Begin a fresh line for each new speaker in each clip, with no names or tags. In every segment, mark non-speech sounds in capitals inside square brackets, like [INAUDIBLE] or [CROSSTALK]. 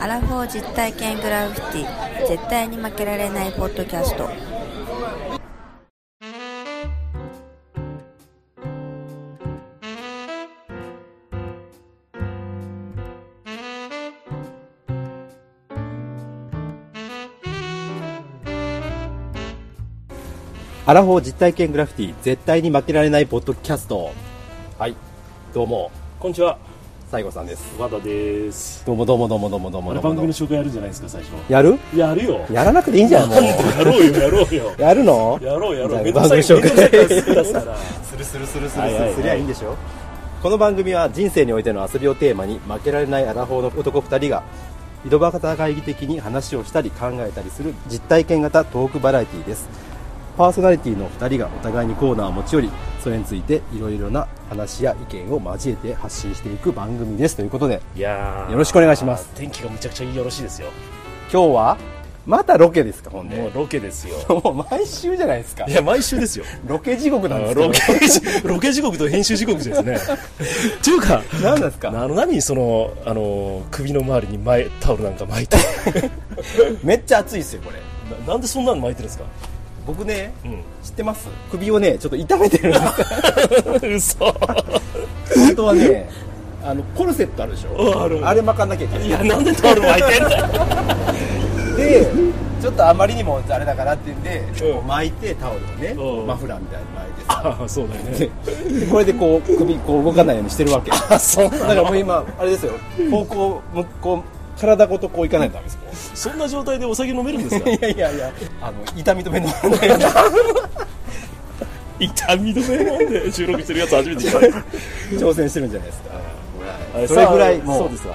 アラフォー実体験グラフィティ絶対に負けられないポッドキャスト
アラフォー実体験グラフィティ絶対に負けられないポッドキャストはいどうも
こんにちは、
西郷さんです
和田です。
どうもどうもどうもどうもどう
あ
も
れ
どう
番
も
組の紹介やるんじゃないですか、最初。
やる
やるよ。
やらなくていいんじゃんもう
やろうよ、やろうよ。
やるの
やろう、やろう。
じ
め
ゃあ
んど
番
く
組
さ
紹
い、めんど
介
くさいからするから。
するするするす
はいはいはい
んでしょこの番組は人生においての遊びをテーマに負けられないアラフォーの男2人が井戸端会議的に話をしたり考えたりする実体験型トークバラエティですパーソナリティの2人がお互いにコーナーを持ち寄りそれについていろいろな話や意見を交えて発信していく番組ですということで
いやー
よろしくお願いします。
天気がむちゃくちゃよろしいですよ。
今日はまたロケですかほんで
もうロケですよ。
もう毎週じゃないですか
[LAUGHS] いや、毎週ですよ。
ロケ地獄なんですけど
ロケ、 [LAUGHS] ロケ時刻と編集時刻です [LAUGHS] ね。っていうか、
何です
あ
か
の、何その、あの、首の周りに巻いタオルなんか巻いて。
めっちゃ暑いですよこれ
[LAUGHS] ななんでそんなの巻いてるんですか
僕ね
うん。
知ってます首をねちょっと痛めてるんです
[LAUGHS] 嘘。
本当はねあのコルセットあるでしょ
あある
あれ巻かなきゃいけない
いや、なんでタオル巻いてんだよ。
でちょっとあまりにもあれだからって言うんで、
うん
巻いてタオルをね、
うん
マフラーみたいに巻いて [LAUGHS] さ
[LAUGHS] ああ、そうだよね。
でこれでこう首こう動かないようにしてるわけだ
あ、そう
か
な
ら
の
もう今あれですよ方向向こう体ごとこういかないとダメですこ
そんな状態でお酒飲めるんです
[LAUGHS]
か
ういやいやいやあの痛み止めの問題が
痛み止め飲んで収録してるやつ初めて聞いた
[LAUGHS]
[LAUGHS]
挑戦してるんじゃないですか、
はい
それぐらい
さあ
もう
そうですわ、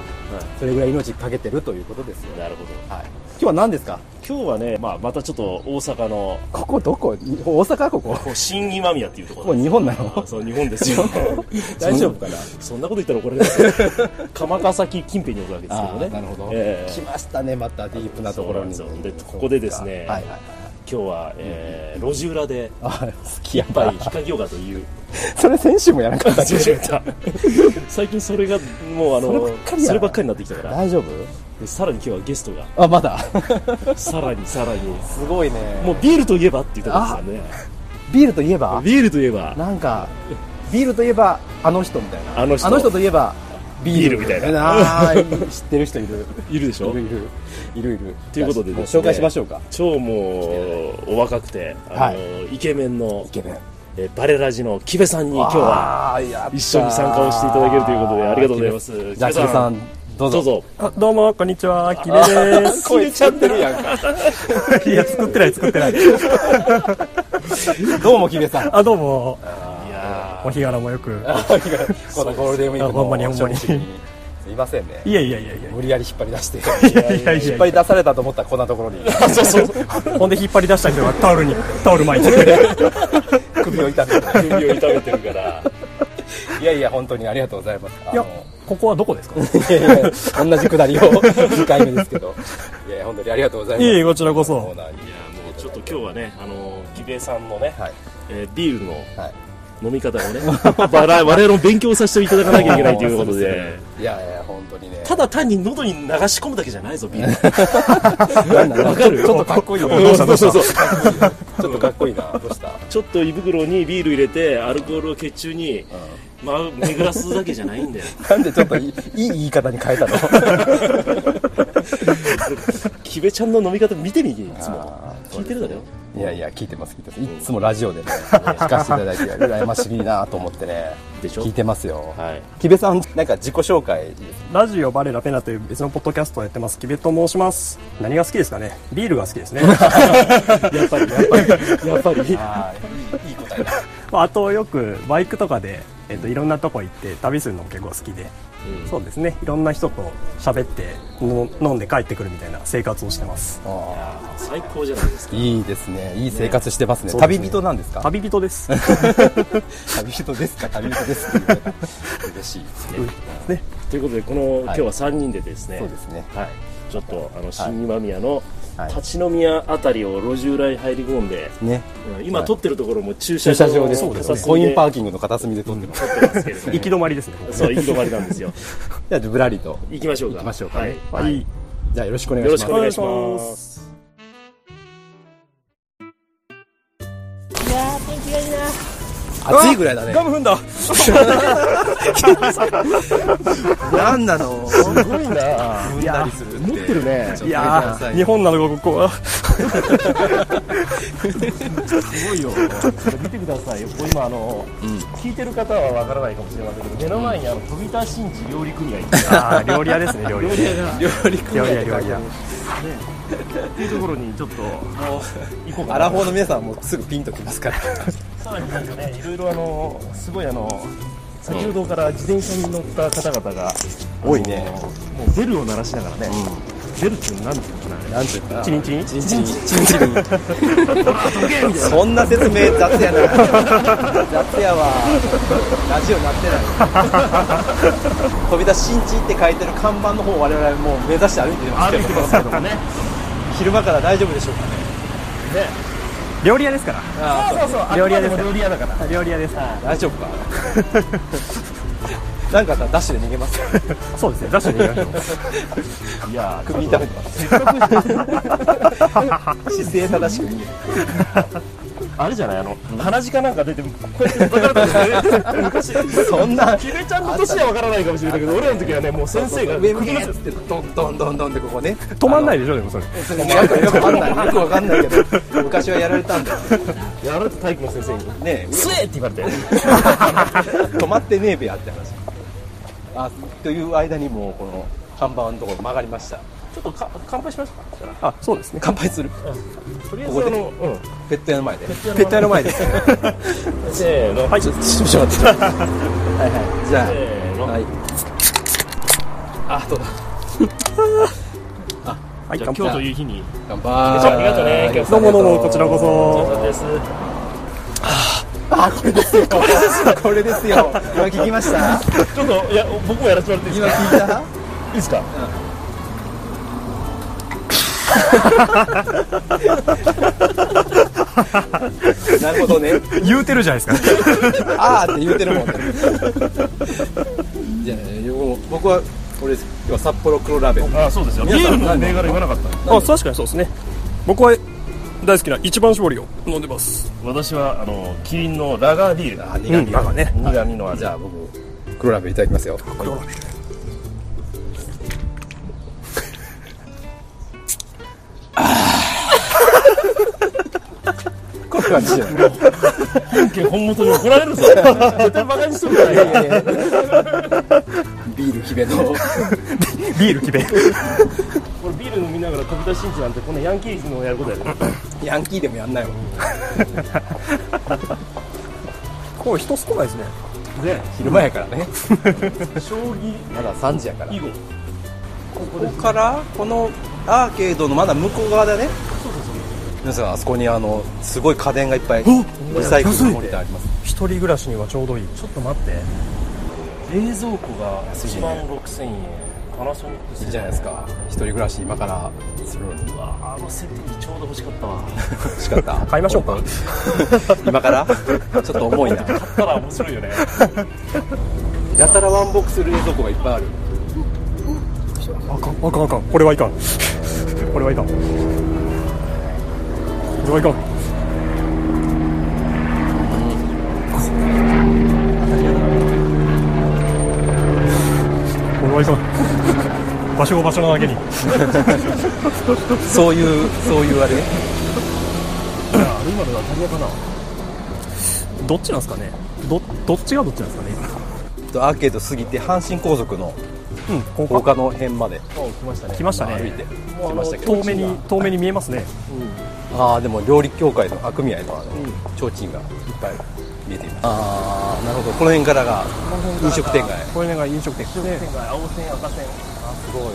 それぐらい命かけてるということですよ、
なるほど
はい、今日は何ですか
今日はね、まあ、またちょっと大阪の
ここどこ大阪ここ
こう新今宮っていうとこ
ここ
ろ
日本な
あ
の
[LAUGHS] そう日本ですよ [LAUGHS]
大丈夫かな
そんなこと言ったら怒られますよ鎌ヶ崎近辺におるわけですけど
あ
ね
ーなるほど、
ええ
来ましたねまたディープなところに
そうなんですよでここでですね
はいはい
今日は、えー路地裏で
はいあ好きや
やっぱり日陰ヨガという
[LAUGHS] それ先週もやらなかった
始めた最近それがもうあの
そればっかりや
そればっかりになってきた [LAUGHS] から
大丈夫
でさらに今日はゲスト
あまだ [LAUGHS]
がさらにさらに
すごいね
もうビールといえばっていうところですよね
ビールといえば
ビールといえば
なんかビールといえばあの人みたいな
あの人
といえばビール
ビールみたいな
あー知ってる人いる
いるでしょ
いるいるいるいる
ということでですね
紹介しましょうか
超もうお若くてあの、
は
イケメンの
イケメン
えーバレラジの木部さんに今日は
あーやったー
一緒に参加をしていただけるということでありがとうございます
じゃあ木部さんどう
ど
ぞ
うぞ
あどうも、こんにちは、きべです。
声ちゃってるやんか
[LAUGHS]
[LAUGHS] いや、作ってない、作ってない。
どうも木部さん
あ、どうも、
いや
お日柄もよ [LAUGHS] く。
このゴールデンウィーク
あほんまに
の
ほんま
初
に
日にすいませんね
いやいやいやいや
無理やり引っ張り出して
いやいや
引っ張り出されたと思ったらこんなところ
[LAUGHS]
に
ーそうそう
ほんで引っ張り出した人がタオル [LAUGHS] に、タオル巻いてて。
首を痛めて
首を痛めてるから
いやいや本当にありがとうございますあ
いや
の、 [LAUGHS]
ここはどこですかい
いやいや同じくだりを2回目ですけどいやいや本当にありがとうございます
えいえ、こちらこ
コ
そ
ー。ナーに
いやもうちょっと今日はねあの木部さんのね、
はい
えービールの
はい
飲み方をね [LAUGHS] 我々我々も勉強をさせていただかなきゃいけないということで
いやいや本当にね
ただ単に喉に流し込むだけじゃないぞビール
なんだ
わかる
ちょっとかっこいいよ
うんそうそうそう
ちょっとかっこいいなどうした
[LAUGHS] ちょっと胃袋にビール入れてアルコールを血中に、まあ、巡らすだけじゃないんだよ
なんでちょっといいいい言い方に変えたの
キベちゃんの飲み方見てみいつも聞いてるだろ
[LAUGHS] いやいや聞いてます聞いてますいつもラジオでね聞かせていただいて羨ましいなと思ってね
でしょ
聞いてますよ
はい
木部さんなんか自己紹介ですね
ラジオバレラペナという別のポッドキャストをやってます、きべと申します。何が好きですかねビールが好き [LAUGHS] ですね。
やっぱりやっぱりやっぱり
いいいい答えだ
[LAUGHS] まああと、よくバイクとかで、えっと、いろんなとこ行って旅するのも結構好きで、そうですね、いろんな人と喋って、の飲んで帰ってくるみたいな生活をしてます。
最高じゃないですか
いいですねいい生活してますね
そうです
旅
ね
人なんですか
旅人です。
旅人ですか旅人ですっていうのが嬉しいですね
ね、
ということでこの、今日は3人でですね
そうですね
はいちょっとあの新今宮の
はい
立ち飲み屋あたりを路地裏に入り込んで、
ね
うん今撮ってるところも駐車
駐
場
車場で
そうです
コインパー
ー
キングの片隅で撮ってます
撮ってますけれど
[LAUGHS]
も
行き止まりですね。
そう行き止まりなんですよ
じゃあぶらりと
行きましょうか
行きましょうかね
はい
はい。
じゃあよろしくお願い
よ
し
ろ
ま
し
す
くお願いします。
暑いぐらいだね
ガム踏んだ
なんなのすごいな踏んだりする持ってるね
いやー日本なのかここは
すごいよ。見てくださいよ。ここ今あの、聞いてる方はわからないかもしれませんけど、目の前にあの飛び田新地料理組合っていう
あー料理屋 [LAUGHS] ですね料理屋料理屋料理屋
っていうところにちょっと行こうか
ア
な
ラフォーの皆さんもすぐピンときますから
さらになんかね、いろいろあのすごいあの先ほどから自転車に乗った方々が
多いね
あのもうベルを鳴らしながらね。ベルっていうのなんていうのかな。
なんていうかな
チリンチリン
チンチンそんな説明雑やな雑やわラジオなってない飛び出し新地って書いてる看板の方を我々もう目指して歩いてますけど
歩いてますけどもね。
昼間から大丈夫でしょうかね
料理屋ですから
あ
そうそう。
料理屋です
あくまも料理屋だから。
料理屋です
あ大丈夫か [LAUGHS] なんかあったらダッシュで逃げます
そうですねダッシュで行きましょう
いやー、
首痛めてます
せっかく
姿勢正しく逃げる
あれじゃないあの鼻血かなんか出てこうやって分かるんだよね。昔。
そんな
ひめちゃんの年はわからないかもしれないけど、俺らの時はね、もう先生が
上向けっつってドンドンドンドンってここね
止まんないでしょでもそれ
なんかよくわかんないよくわかんないけど昔はやられたんだよ
やられて体育の先生に、
ね
すえって言われて、
止まってねえべやって話あという間にもうこの看板のところ曲がりました
ちょっとか乾杯しましょうか、
あそうですね
乾杯する
とりあえ
ここ
ず、
で
あの、うん、
ペット屋の前でペット屋の前 [LAUGHS] です
せーの、
はいちょっとちょっと待ってはいはいじゃあ
せーの
はいあどうだ
はい
じゃあ今
乾
日
杯
という日に、
乾杯
ありがとうね、今日
どうもどうもこちらこそ
そうです。
あこれですよこれですよ今聞きました
ちょっと、いや、僕もやらせてもらっていい
今
ですか
聞いた
いいですか
なるほどね
言うてるじゃないですか
あーって言うてるもんねいやいやもう僕はこれです今日は札幌黒ラベル
あ、そうですよ。ビ
皆さ
ー
ん
ルの銘柄言わなかった
[LAUGHS] あ確かにそうですね僕は大好きな一番搾りを飲んでます
私は、あの、キリンのラガービールだ。
あ苦味が、
んかね
苦味の味。
じゃあ僕黒ラベルいただきますよ黒ラベルあー [LAUGHS] こんな感じじゃない
本元に怒られるぞ。絶対馬鹿にするからよ。
ビールひべの
ビールきべ
これビール飲みながら飛び出しんちなんて、このヤンキーのやることやで。
ヤンキーでもやんないもん
こう人少ないですね
で、
昼前やからね
将棋
まだ3時やから
以後。
ここからこのアーケードのまだ向こう側だね皆さんあそこにあのすごい家電がいっぱいリサイクルのモニターあります
一人暮らしにはちょうどいい
ちょっと待って冷蔵庫が1万6000円パナソニック
いいじゃないですか一人暮らし今からするのに
うわあの設定ちょうど欲しかったわ
仕 [LAUGHS] 方
買いましょうか
今からちょっと重いな
買ったら面白いよね
やたらワンボックス冷蔵庫がいっぱいある
あかんあかんあかんこれはいかん [LAUGHS] これはいかんこれはいかんこれはいかん場所を場所なだけに
そういうそういうあれね
どっちなんですかねどどっちがどっちなんですかね
アーケード過ぎて阪神高速の
うん
高
ここ
架の辺まで
来ました
歩い
ね
て来ましたけど
遠目に遠目に見えますね
ああでも料理協会の悪組合のあの提灯がいっぱい見えていますああなるほどこの辺からが飲食店街
これが飲食店で
青線赤線
すごい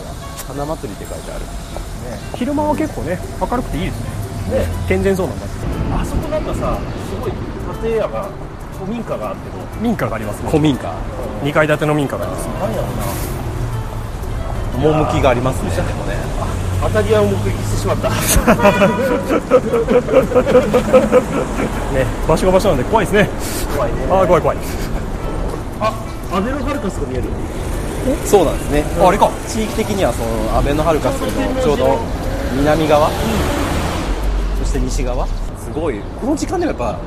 花祭りって書いてある
昼間は結構ね明るくていいですねね健全そうなんだ
あそこなんかさすごい建屋が古民家があっても
民家がありますね
古民家
2階建ての民家があります
なんやろうな
趣がありますねでもね
当たり屋を目撃してしまった
ね場所が場所なんで怖いですね
怖いね
ああ怖い怖い
あアベノハルカスが見える
そうなんですね
ああれか
地域的にはそのアベノハルカスのちょうど南側、そして西側すごいこの時間でもやっぱ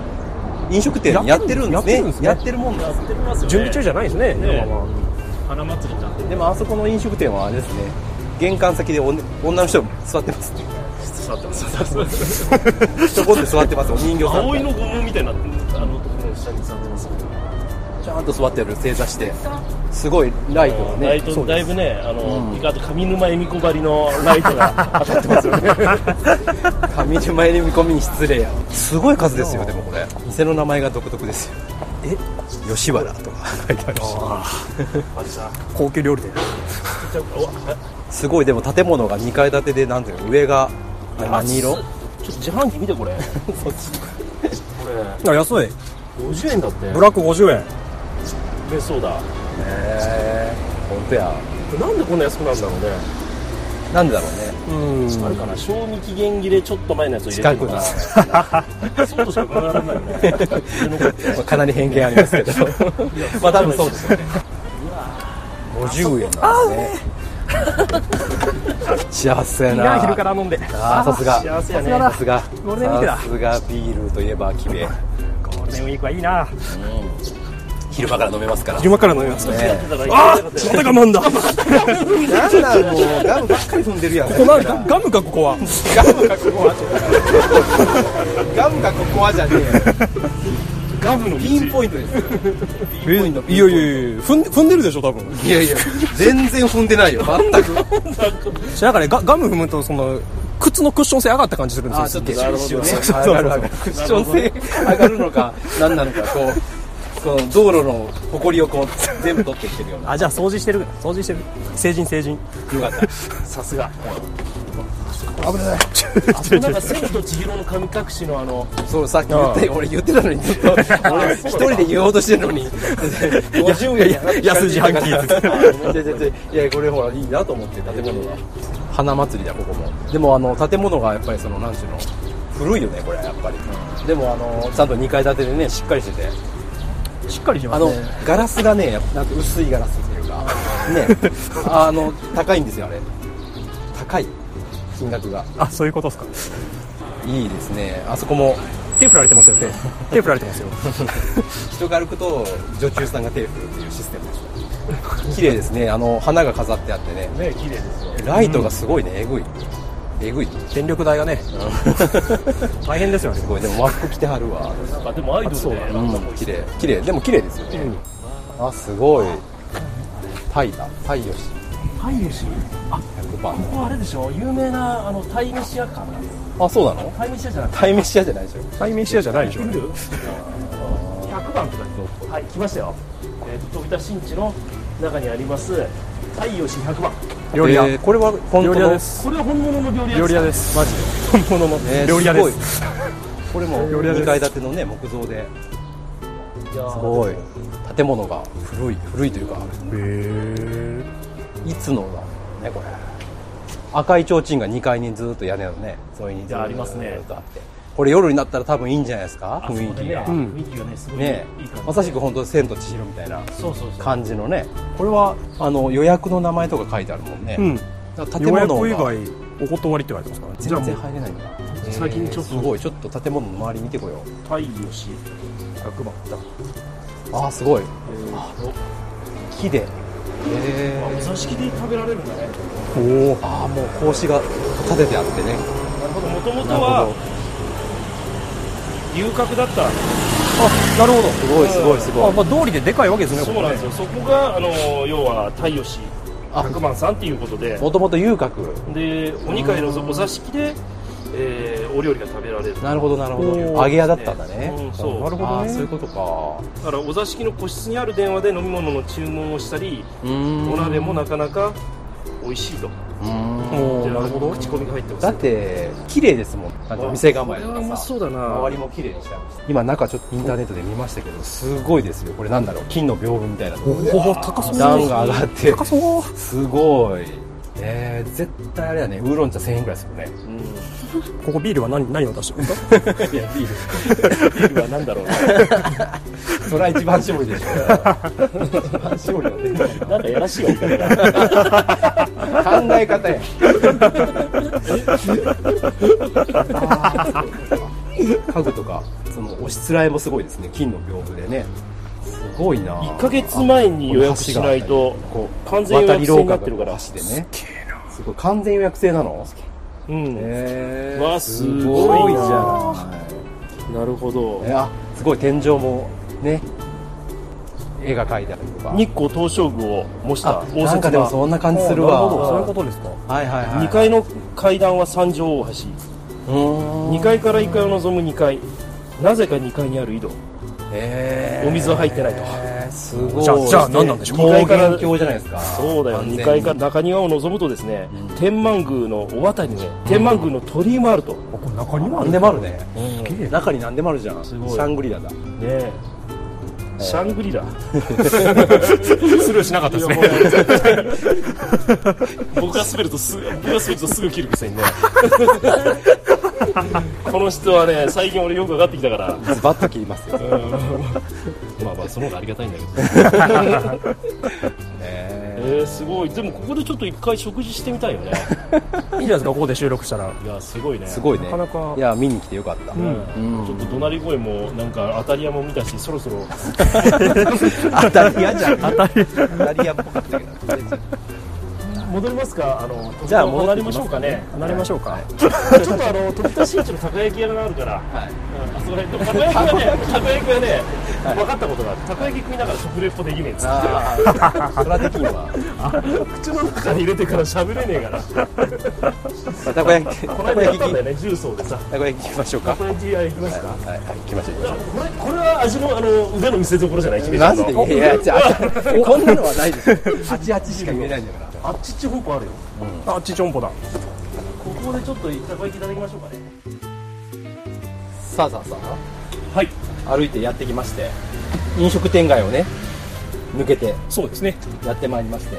飲食店や
や
っ
ってて
る
る
んです
やって
ね
るんですね
やってるもんなんですね
準備中じゃないですね
ね
今は
花祭りになって
でもあそこの飲食店はあれですね玄関先でおね女の人座ってますね
座ってま
[LAUGHS]
す
ちょこんで座ってますお人形さん
葵
が
の拷問みたいになってるあのところの下に座ってます
ちゃんと座ってやる正座してすごいライトが
ライ
ね
トだいぶねあの、意外と上沼恵美子張りのライトが当たってますよね
上島へ見込みに失礼やすごい数ですよでもこれ店の名前が独特ですよえ吉原とか書いてあるし
高級料理店
すごいでも建物が2階建てでなんていうの上があれ何色
ちょっと自販機見てこれ
あ安い
50円だって
ブラック50円
でそうだ
へえ本当や
なんでこんな安くなるんだろうね
なんでだろうね
あれかな賞味期限切れちょっと前のやつを入れ
近
て
く
るの
な
かなそうとしか考えられないよね
まあかなり偏見ありますけどまあ多分そうですよね50円なんですね幸せやな
昼から飲んで
あーさすが
幸せやね
さすが
ゴールデンウィークだ
さすがビールといえばキベ
ゴールデンウィークはいいな
昼間から飲めますから
昼間から飲みますね
ね
あーまた我慢だ
なんだもうガムばっかり踏んでるやん
このガムかここは
ガムがここはガムがここはじゃねえよガムのピンポイントですよ
いやいやいや踏んで踏んでるでしょ多分
いやいや全然踏んでないよ全く
だからねガガム踏むとその靴のクッション性上がった感じするんですよ
あちょっ
す
と
っげえ
なるほどね
そう
上がる上がるクッション性上がるのか何なのかこうこの道路の埃をこう全部取ってきてるような
[LAUGHS] あじゃあ掃除してる掃除してる成人成人
よかった
さすが危ないなんか千と千尋の神隠しのあの
そうさっき言ったよ俺言ってたのにずっと俺一人で言おうとしてるのに50円やなって感じ
安
い
自
やいやいやいやこれほらいいなと思って建物が花祭りだここもでもあの建物がやっぱりそのなんていうの古いよねこれやっぱりでもあのちゃんと2階建てでねしっかりしてて
しっかりしま
あ
す
の
ね
ガラスがねやっぱなんか薄いガラスっていうかねあの高いんですよあれ高い金額が
あそういうことですか
いいですねあそこも
手振られてますよ手 [LAUGHS] 手振られてますよ
人が歩くと女中さんが手を振るっていうシステムです綺麗ですねあの花が飾ってあってね
ね綺麗ですよ
ライトがすごいねえぐいえぐい
電力代がね大変ですよね
すごいでも和服着てはるわ
あでもアイドルで
うん綺麗綺麗でも綺麗ですよね、あすごいタイだタイヨシ
パイ飯
100番
ここあれでしょ有名なあのタイ飯屋かな
あそうなの
タイ飯屋じゃなくて
タイ飯屋じゃないでしょ
対面視野じゃないでしょ
100番とかはい来ましたよ、えー、飛び田新地の中にあります太陽市100番
料理屋
えーこれは本当
料
の
理屋です
これは本物の料理屋
料理屋
で
ですマジで本物の
えー
料理屋です
ごいこれも
料理屋です
2階建てのね木造です
か
すごい建物が古い古いというかいつのだろうねこれ赤い提灯が2階にずっと屋根のね沿いにずっと
ありますね
あってこれ夜になったら多分いいんじゃないですか
あそこで
雰囲気が
ね
ね
雰囲気がねすごい
え
いい感じ
まさしく本当千と千尋みたいな
そうそうそう
感じのねこれはあの予約の名前とか書いてあるもんね、
うん
だから建
予
物
約
が
以外お断りって言われてますからね
全然入れないんだな
先にちょっ
す
と
ごいちょっと建物の周り見てこよう
太陽市100番だ
ああすごい
えー
木でへえ
お座敷で食べられるんだね
おああもう格子が立ててあってね
なるほどもともと
なるほ
は
ど
遊郭だった
あなるほど
すごいすごいすご
あ
い
まあ道理ででかいわけですね
そうなんですよそこがあの要は太陽市
あ
100番さんっていうことで
もともと遊郭
でお二階のお座敷で、えーお料理が食べられる
なるほどなるほど
おー
揚げ屋だったんだね
うんそう
なるほどね
あーそういうことか
だからお座敷の個室にある電話で飲み物の注文をしたり
う
お
ーん
鍋もなかなか美味しいと
お
で
ーなるほど
口コミが入ってます
だって綺麗ですもんなんかお店構えと
あう
か
ま
さ
そうだな
周りも綺麗にしてある今中ちょっとインターネットで見ましたけどすごいですよこれなんだろう金の屏風みたいなところで
おお高そう
段が上がって
高そう
すごいえー、絶対あれだねウーロン茶1000円ぐらいするね
ここビールは何何を出してる
[LAUGHS]
んです
い
か
やビールビールは何だろうな
それは一番搾りで
[LAUGHS]
しょ一番搾りだね
なんかやらしいわけだから
考え方やあー家具とかその押しつらえもすごいですね金の屏風でねすごいな
1ヶ月前に予約しないと
こう
完全予約制になってるから
渡り廊下があって橋でねすごい完全予約制なの
うん
へー
わあすごいな
すゃない
なるほど
えあすごい天井もね絵が描いてあるとか
日光東照宮を模した
あ
応
なんか
接
でも
間
そんな感じする
なるほどそうい
わ
うことですか
はいはいはい
2階の階段は三条大橋
うーん
2階から1階を望む2階なぜか2階にある井戸
へー
お水は入ってないと
へーすごい
じゃあじゃあ何なんでしょう
望遠鏡じゃないですか
そうだよ
完全に
2階から中庭を望むとですね、
うん
天満宮のお渡りにね天満宮の鳥居もあると、ね
ここ中にもあ
何
る
でもあるね
すげえ
中に何でもあるじゃんシ
すごい
ャングリラだ
えシャングリラ
スルーしなかったですね
[LAUGHS] 僕が滑るとすぐ僕が滑るとすぐ切るくせにねこの人はね最近俺よく分かってきたから
ズバッと切りますよね
まあまあその方がありがたいんだけどえ
え
ー、すごいでもここでちょっと一回食事してみたいよね
いいじゃないですかここで収録したら
いやすごいね
すごいね
なかなか
いや見に来てよかった
うんちょっと怒鳴り声もなんか当たり屋も見たしそろそろ
当たり屋じゃん当たり屋っぽかったけど
戻りますかあの
じゃあ戻
戻
っ
り
てき
ま
ます
しょうかね
離れましょうか、
ちょっとあの飛び出し市のたこ焼き屋があるから、うんあそこら辺でもたこ焼きはねたこ焼きはね、分かったことがあるたこ焼き食いながら食レポできねえっつって
ああそれはできんわ
口の中に入れてから喋れねえから
たこ焼きた
こ
こ
の間やっ
焼き
たんだよ
た
ね重曹でさ
こ焼き行きましょうか
たこ焼き屋行きますか、
はいはい行きましょう行きましょう
これこれは味のあの腕の見せ所じゃない君
マジでいやいやこんなのはないですあちあちしか言えないんだから
あっちっち方向あるよ
あちちょんぽだ
ここでちょっとたこ焼きいただきましょうかね
さあさあさあ
はい
歩いてやってきまして飲食店街をね抜けて
そうですね
やってまいりまして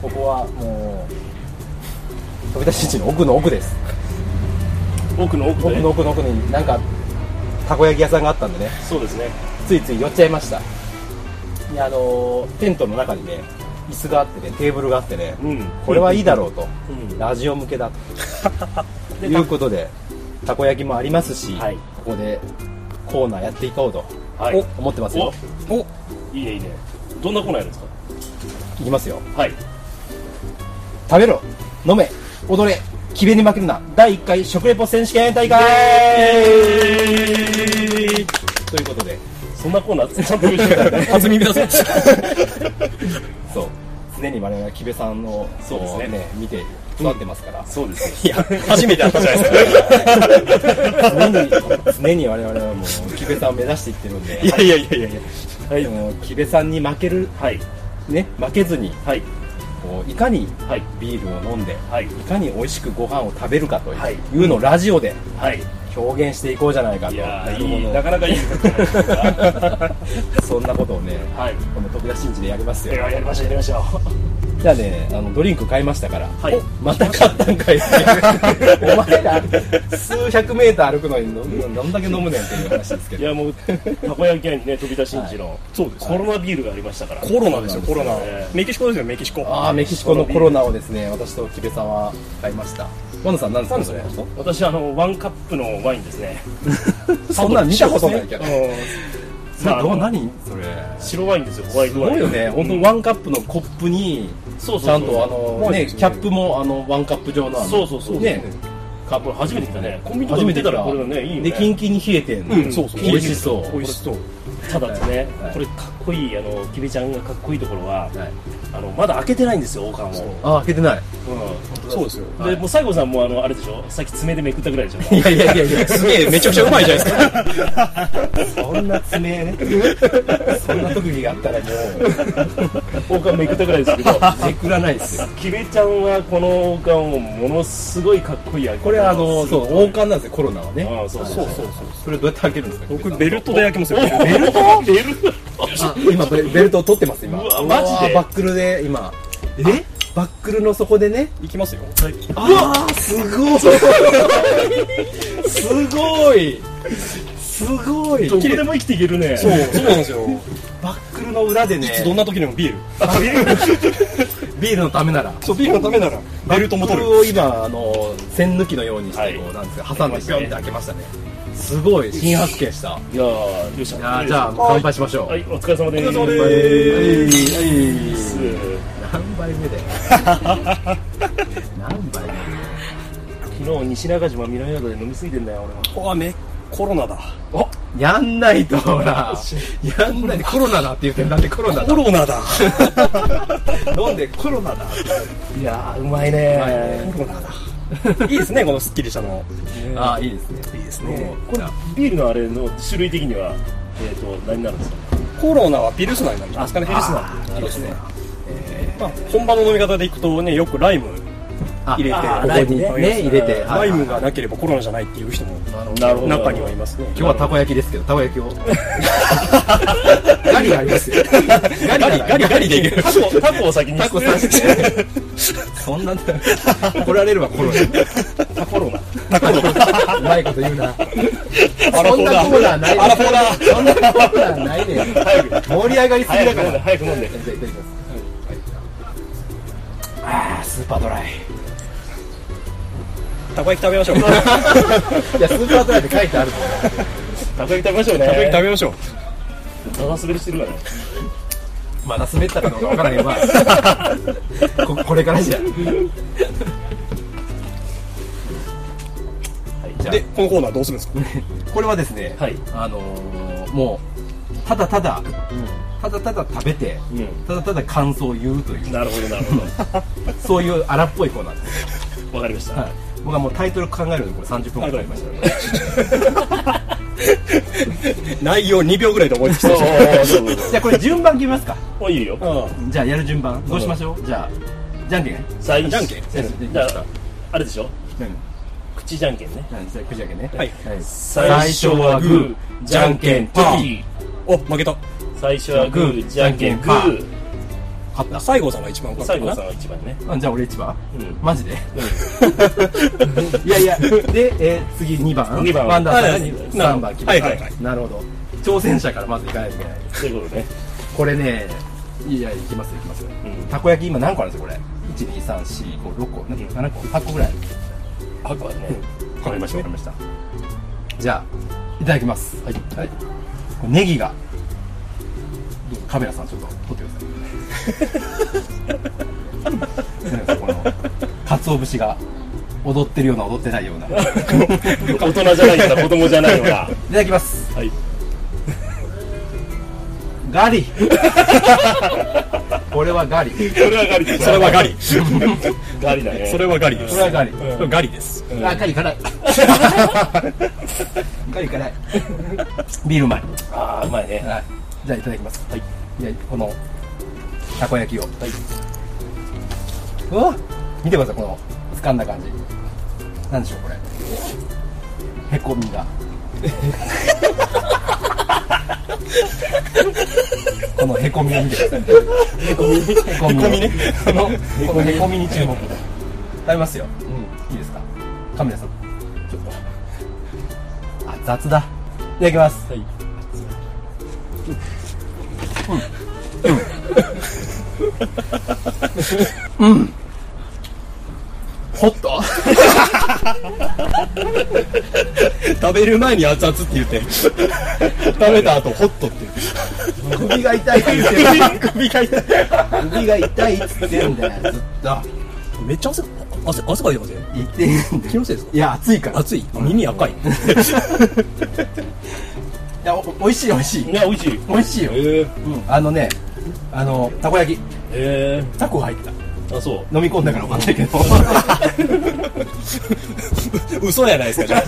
ここはもう飛び出し地の奥の奥です
奥の奥
奥
で、
の奥の奥になんかたこ焼き屋さんがあったんでね
そうですね
ついつい寄っちゃいましたであのーテントの中にね椅子があってねテーブルがあってね、
うん
これはいいだろうと、
うん
ラジオ向けだ
[LAUGHS]
ということでたこ焼きもありますし、
はい
ここでコーナーやっていこうと
はい
思ってますよ
おいいねいいねどんなコーナーやるんです
いきますよ
かはい
食べろ飲め踊れキベに負けるな第1回食レポ選手権大会ということで
そんなコーナーちゃんと用意してたね
初耳だぞ
そう常に我々は木部さんの
そうですね
こね見て育ってますから、
そうで
[LAUGHS]
す
いや初めて会ったじゃないですか [LAUGHS] 常に常に我々はもう木部さんを目指していってるんで
やいやいやいやいやは
で
い
も木部さんに負ける
はい
ね負けずに
はい
こういかに
はい
ビールを飲んで、
はい
いかに美味しくご飯を食べるかという,、
はい
のをラジオで
はい
表現していこうじゃないかと
いや
な
ー
るほ
いい
ど
なかなかいい企画じゃないですか
[LAUGHS] そんなことをね、
[LAUGHS] はい
この徳田新地でやります
で
よ。
はやりましょうやりましょ
じゃあね、あのドリンク買いましたから、
はい
おまた買ったんかい [LAUGHS] っていうお前ら、数百メーター歩くのに飲んどんだけ飲むねんっていう話ですけ
うい
ど、
やもうたこ焼き屋にね飛び出しんちの
そうです
コロナビールがありましたから
コロナですよコロナ
え
メキシコですよメキシコ
ああ、メキシコのコロナをですね、私と木部さんは買いました。ワンさん、なんですかそれ。
私あのワンカップのワインですね
そんなん見たことないけど。そ
まあ
れどう何それ。
白ワインですよホワイ
す
トワイン
ごいよね、本当ワンカップのコップに、
そうそ
ち
うそう
ゃんとあの、ね、
すね
キャップもあのワンカップ状のあの
そうそうそう
ね、
カップ初めて来たねコンビニと
初
かで売
め
ってて
来
たら
た
これねいいよ
でキン
ね
キンに冷えてんの、
うんそうそう
美味しそう
美味しそう
ただですね
はい
これかっこいいあのキベちゃんがかっこいいところは
はい
あのまだ開けてないんですよ王冠を
あ開けてない
うん
そうですよ
でもう西郷さんもあのあれでしょさっき爪でめくったぐらいでしょ
いやいやいやいや
すげえめちゃくちゃうまいじゃないですか
そんな爪ねそんな特技があったらも
王冠めくったぐらいですけ [LAUGHS] ど
うめくらないですよ
キベちゃんはこの王冠をものすごいかっこいい
これあのそう王冠なんですよコロナはね
ああそうそうそう
それどうやって開けるんですか
僕ベルトで焼きますよ
ベルトベルト
あ今ベルベルトを取ってます今
うわマジで
うわバックルで今えバックルの底でね
いきますよ
ああすごいすごいすごい
どこでも生きていけるね
そうそうなんですよ
バックルの裏でね
どんな時でもビール
ビールの [LAUGHS] ためなら
そうビールのためならベルトも
バッ
取
ク
る
ルを今あの栓抜きのようにして、
はい
こうなんですか挟んでピョンって開けましたねすごい新発見した
いやーよっし
いや
ゃ
ーじゃあ乾杯しましょう、
はいお疲れ様です
お疲れ様です何杯目だよ何杯目
昨日西中島南宿で飲みすぎてんだよ俺は
あめコロナだ
おやんないとほらやんないでコロナだって言ってるだってコロナ
コ
だ
ロナだ
飲んでコロナだ
いやーうまいね
コロナだいいですねこのスッキリしたの
ああいいですね
いいですね
これビールのあれの種類的にはえっ、と何になるんですか
コロナはピルスナーになりますかねピルスナー
いいですね
まあ、本場の飲み方でいくとねよくライム
あ
入れて
あ
こ
ラ
こ
イ
に
ム
あり
ね
ます
入れて
ライムがなければコロナじゃないっていう人も
なるほど
中にはいますね
今日はたこ焼きですけどたこ焼きを [LAUGHS] ガリがありますよガ
ガリガリガリでいける
タコタコを先に
タコさせてそんな怒られるわコロナコロナうまいこと言うな
アラ
そ
フォー
んな
だ
コーナーないで
アラフォーだ
そんなコーナーないで盛り上がりすぎだ
早く
か
飲んで
ら
早く飲んで
じゃあいただきますあースーパードライ
たこ焼き食べましょうたこ
いやスーパードライって書いてある
たこ焼き食べましょうね
焼き食べましょう
ただ滑りしてるからね
まだ滑ったかどうかわからへん [LAUGHS] わここれからじゃはいじゃ
でこのコーナーどうするんですか
あこれはですね、
はい
あのーもうただただ、ただただ食べて、ただただ感想を言うという
なるほどなるほ [LAUGHS]
そういう荒っぽいコーナーです、
どわかりました、
はい、僕はもうタイトル考えるのにこれ30分かかりましたね [LAUGHS]
内容2秒ぐらいで覚えてきた
おーそうそうそう
じゃあこれ順番決めますか
おいいよ
じゃあやる順番どうしましょうじゃあじゃんけんね
最初
じゃんけん
じゃんけん
じゃああれでしょ
じゃんけん
口じゃんけんね
じゃあじゃあくじゃんけんね
はい
はい
最初はグーじゃんけんパー
お負けた
最初はグーじゃんけんグー
勝った
西郷さんが一番分かっ
西
たか
郷さ
なん
は一番ね
あじゃあ俺1番、
うん
マジで、 [LAUGHS] いやいやで、えー次2番
二番
ワンダーさんが
はい
に3番決めた
はいはいはい
なるほど挑戦者からまずいかないといけない
そういうことね
これねいやいきますよいきますよ、
ん
たこ焼き今何個あるんですよこれ12345個なんか7個8個ぐらい
あくまでね
わかりましたわかりましたじゃあいただきますはい、はい、これネギがどうぞカメラさんちょっと撮ってくださいなんかこの鰹節が踊ってるような踊ってないようないた
大人じゃないから子供じゃないのが
だきます
はい
ガ [LAUGHS] リこれはガリこ
それはガリです
それはガリ
[LAUGHS] ガリだね
それはガリです
れはガリ、
それはガリです
あガリ辛 [LAUGHS] いガリ辛いビールうまい
ああうまいね
はい、じゃあいただきます。はい。じゃあこのたこ焼きを。はい。うわ、見てくださいこの掴んだ感じ。なんでしょうこれ。へこみが。 [LAUGHS] このへこみを見てください。へこみ。へこみね。このこのへこみに注目。食べますよ。うん。いいですか。カメラさん。ちょっと。あ雑だ。いただきます。はい。ほっと。
食べる前に熱々って言って食べた後ホットって言って
首が痛いって言ってる首が痛い首が痛いって言ってるんだよずっと
めっちゃ汗汗汗かいてません
言ってんだよ
気のせいですか
いや暑いからい
熱い耳赤い
やおおいしいおいしい
いや美味しい
おいしいよ、
ええ
うんあのねあのたこ焼き
え
タコ入った
えあそう
飲み込んだからわかんない
[LAUGHS]
けど
嘘やないですかじゃ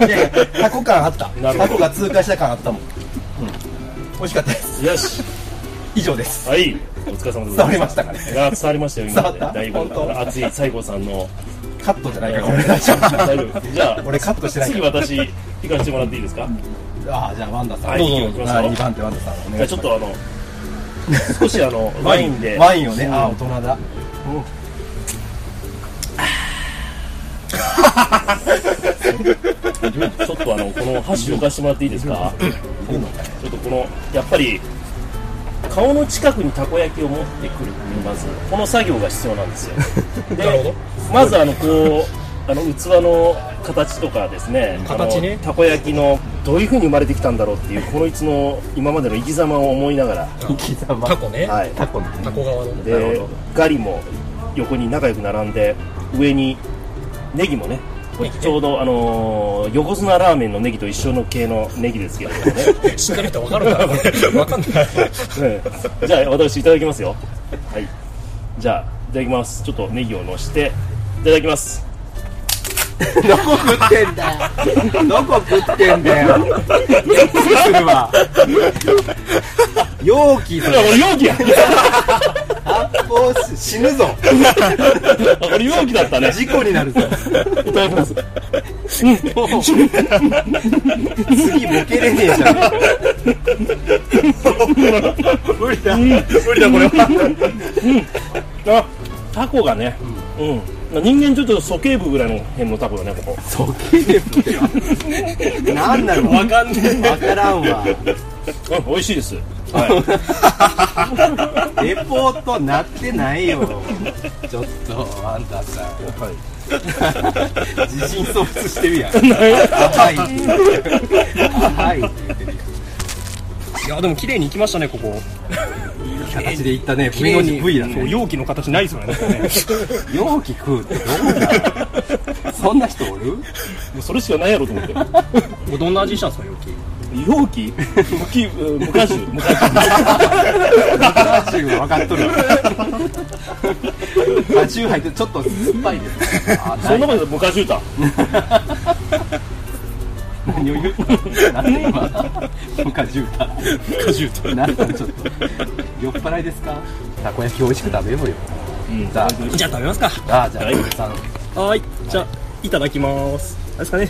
あ
いやいやタコ感あった
なるほ
タ
ど
コが通過した感あったもん、うん、美味しかったです
よし
以上です
はいお疲れ様でご
伝
ざ
わ
い
り
ま
ま
し
したたかね
いや伝わりましたよ今まで
伝わった
だいぶ
本当
熱い西郷さん
[LAUGHS]
の
カットじゃないか
[LAUGHS]
これ
大丈夫ですじゃあ
俺カットしてないか
次
ら
私行かせてもらっていいですか
ああじゃあワンダさん、
はい行きますよ
2番手ワンダさんお
じゃ
願
あ
い
ち
し
ょ
ま
っ
す
とあの少しあのワインで
ワインをねああ大人だ
ちょっとあのこの箸浮かしてもらっていいですかちょっとこのやっぱり顔の近くにたこ焼きを持ってくるっていうまずこの作業が必要なん
[LAUGHS]
ですよでまずあのこうあの器の形とかですね
形ね
あのたこ焼きのどういうふうに生まれてきたんだろうっていうこのいつの今までの生き様を思いながら
タコね。
はい
タコの
タコ側のね。
でガリも横に仲良く並んで上にネギもねこれ
ネギね
ちょうど、あのー横綱ラーメンのネギと一緒の系のネギですけれどもね、 [LAUGHS]
しっかりとわかる [LAUGHS] んだ。わかんない。
ええじゃあ私いただきますよはいじゃあいただきますちょっとネギをのしていただきます
どこ食ってんだよどこ食ってんだよびっくりするわ
容器
いや俺容器や
もう死ぬぞ
俺容器だったね
事故になるぞ
いただきます
次ボケれねえじゃん
無理だこれは。
あタコがねうん、人間ちょっと鼠径部ぐらいの辺のタコだねここ
何なの
わかんね
わからんわ
うん美味しいです
レポートなってないよ
え。ちょっとあんたさ。
自信喪失してるやんはいはい
いやでも綺麗に行きましたねここ。
形でいったね V の字 V だ
そう
ね
容器の形ないですよね。なんかね
容器食うってどうだそんな人おる
もうそれしかないやろと思って
これどんな味したんですか容器。
容器無機うん無果汁無果汁
カチュー分かっとるカチュー入ってちょっと酸っぱいですねあ
そんなこと無果汁だ
何を言うなんで今ムカジュータ
果汁
[LAUGHS]
と。
なんかちょっと酔っ払いですかたこ焼き美味しく食べようよ、じゃ
じゃあ食べますか。
ああじゃあ、
はい
さん
はい、じゃあ、いただきます。あれですかね。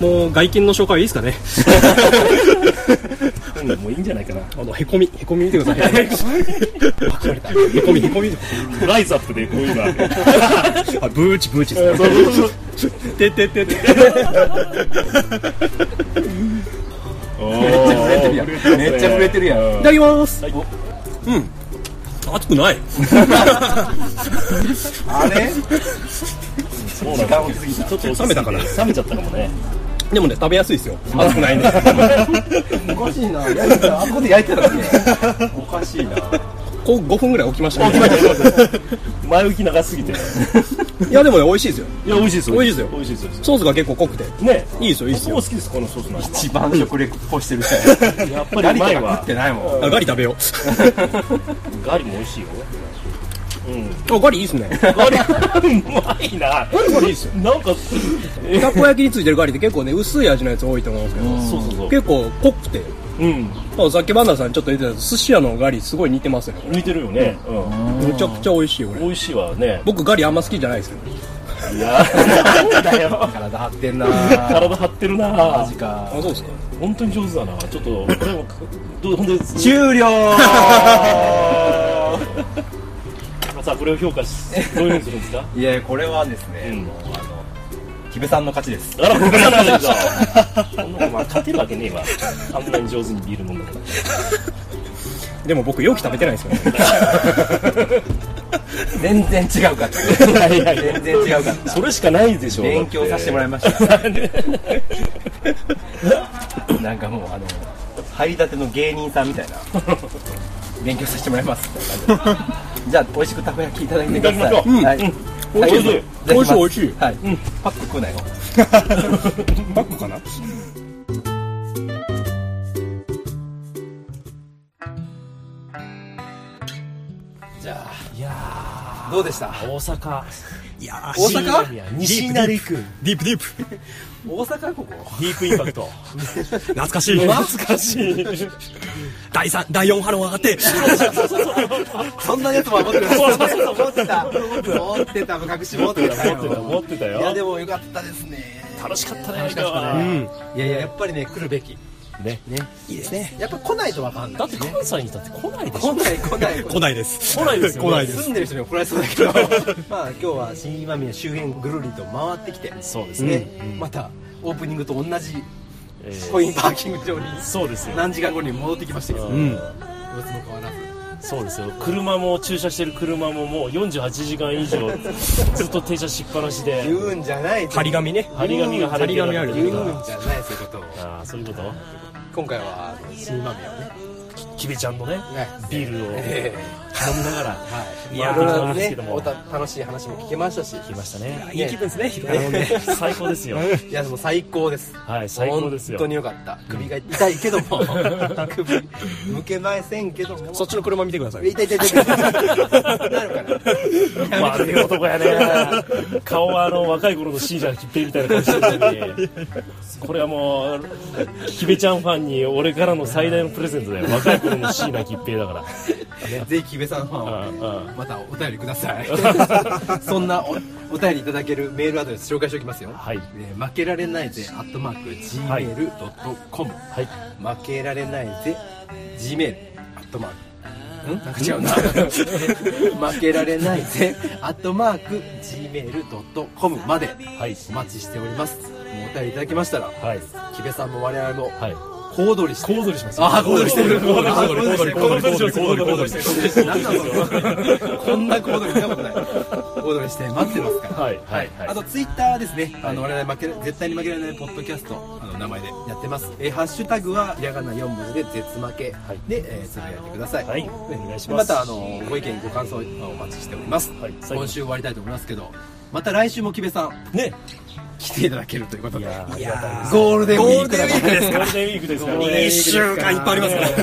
もう外見の紹介はいいですかね。
もういいんじゃないかな
あの、へこみ、へこみ見てください。 [LAUGHS] へこみ、へこみ。
ライズアップでこういうのは
あ、ブーチ、ブーチですね。てててて。
めっちゃ触れてるやん [LAUGHS] めっちゃ触れてるやん
いただきます。うん。熱くない。
あれ
そうなんですよちょっと
冷めたから
冷めちゃったかもね
でもね、食べやすいですよ。熱くないね。
おかしいな焼いてたあそこで焼いてたのね [LAUGHS] おかしいな
[LAUGHS] こう、5分ぐらい置きましたね。
前置き長すぎてい
いや、でもね、美味しいですよ。
や美味しいです
美味しいですよ
美味しいです
ソースが結構濃くて。
ね
いいですよ、いいです
僕も
よ。
好きですこのソースの味
一番食レポしてる人や
やっぱり前
食
は
ってないもん
あガリ食べよ
ガリも美味しいよ
う。 [LAUGHS] あ、ガリいいですね。
ガリ [LAUGHS] うまいなガリいいっすよなんか
たこ焼きについてるガリって結構ね、薄い味のやつ多いと思うんですけど。
そうそうそう
結構濃くて。
うん
まあ、さっきバンダさんちょっと言ってた寿司屋のガリすごい似てますよね
似てるよねうん
めちゃくちゃ美味しい俺
美味しいわ
[LAUGHS]
ね
僕ガリあんま好きじゃないですけど
いやなんだよ
体張ってんな [LAUGHS]
体張ってるな
マジか
あそうですか
本当に上手だなちょっとこれもどうほんで
終了
さあこれを評価しどういうふうにするんですか
いやこれはですね、
[LAUGHS] うん
もうあのキベさんの勝ちです
あら、僕らなんだけど。 [LAUGHS] そんなお前勝てるわけねえわ。あんなに上手にビール飲んだか
でも僕容器食べてないですよね
全然違うかった
ら。いやい
全然違うかった
それしかないでしょ。
勉強させてもらいました [LAUGHS] なんかもうあの入りたての芸人さんみたいな勉強させてもらいますみたいな感じでじゃあ美味しくたこ焼きいただいてください
いただきましょう
はい、
美味しい
ただきます
美味しい美味しい
はい、パック食うなよ
バッグかな
どうでした
大阪。
いや
大
ー
阪
西成区。
ディープディープ
大阪ここ
ディープインパクト。
懐かしい
懐かしい。
第3第4波の上がって
そんなやつも持ってた持ってた持ってた隠し持ってたよ
思ってた
いや
よ。
でもよかったですね
楽しかったね、今日は。
いやいややっぱりね来るべき
ね
ねいいですねやっぱ来ないとわかんない
だって関西にいたって来ないでし
来
ょ
ない来ない
来ないです。
来ないですよね
来ないです。
住んでる人に怒られそうだけどまあ今日は新今宮周辺ぐるりと回ってきて
そうですね、
ね、またオープニングと同じ
えー
コインパーキング場に
そうですよ
何時間後に戻ってきましたけど、
うん
様子も変わらず
そうですよ車も駐車してる車ももう48時間以 [LAUGHS] 上ずっと停車しっぱなしで
言うんじゃない
張り紙ね。
張り紙が貼れてる
張り紙ある
言うんじゃないそういうことを
ああそういうこと
今回はあの新今宮をね
きべちゃんのね
ね
ビールを
え
飲みながら
はい
い
ま
や
あいろい
いい
ろ
です
ね
けども
おた楽しい話も聞けましたし
来ましたね
いい気分
ですね。
あのね最高ですよ
いやでも最高です
はい最高ですよ
本当によかった首が痛いけ [LAUGHS] ども首向けませんけども
そっちの車見てください。
痛い痛い痛い [LAUGHS] 痛いなるから
悪い男やね顔はあの若い頃の信者きっぺみたいな顔してるのにこれはもうきべちゃんファンに俺からの最大のプレゼントだよ若い頃の椎名きっぺだか
[LAUGHS]
ら
ぜひ木部さんファンは
あああ
またお便りください
[LAUGHS]
そんなおお便りいただけるメールアドレス紹介しておきますよ、
はい
えー負けられないぜ Gmail.com、
はい
負けられないぜ Gmail アットマークんなんか違う
[LAUGHS]
な負けられないぜアットマーク Gmail.com まで
はい
お待ちしておりますもうお便りいただきましたら
はい
木部さんも我々も
はい
小躍りして
小躍りします
ああ小躍りしてる
小躍り
あー小躍りしてるなんなのこんな行動見たことない行動して待ってますから
はいはいはい
あとツイッターですね、あの我々負け絶対に負けられないポッドキャストあの名前でやってますえーハッシュタグはひらがな4文字で「絶負け」
い
で、えーつぶやいてください、
はい
ね
お願いし
で
ま
ますたあのご意見ご感想お待ちしております、
はい最後
今週終わりたいと思いますけどまた来週も木部さん
ね
来ていただけるということで
いや
ゴールデンウィークだから
ーゴールデンウィークですから
一
ね
週間引っ張りますから引っ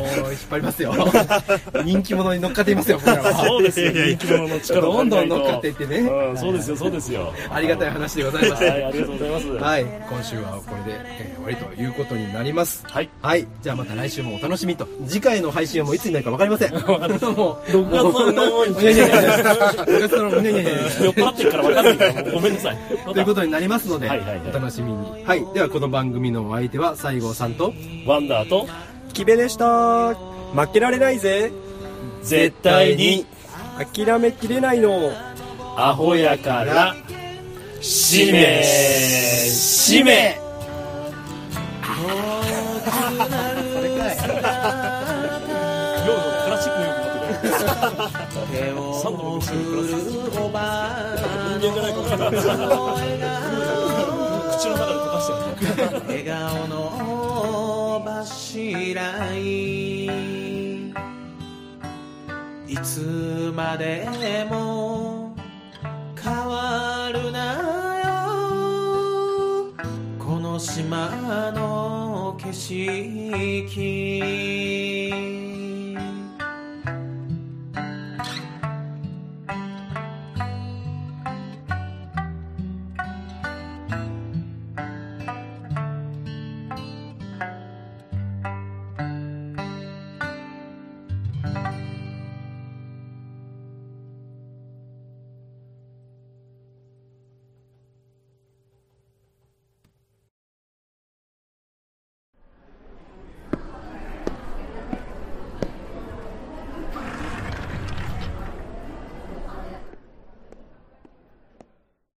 張りますよ人気者に乗っかっていますよ僕らは
そうですよ人気者の力を
どんどん乗っか
借
ってい
り
って
なと
ね
うんそうですよそうですよ
ありがたい話でございまし
はい
た
ありがとうございます
はい今週はこれで、えー終わりということになります
はい
はいじゃあまた来週もお楽しみと次回の配信はもういつになるか分かりませんもう
6月の
いやいやいや6月
[LAUGHS]
のねねね
酔っ払ってるから分かんないからもうごめんなさいま
という
た
ことになりますので、
はいはいはい
お楽しみにはいではこの番組のお相手は西郷さんと
ワンダーと
キベでした負けられないぜ
絶対に
諦めきれないの
アホやからしめしめ [LAUGHS] ようのクラシックのよくなってるサンドのクラシック人間じゃないかもしれない口の中で溶かしてる
笑顔の柱にいつまでも変わるなよこの島の景色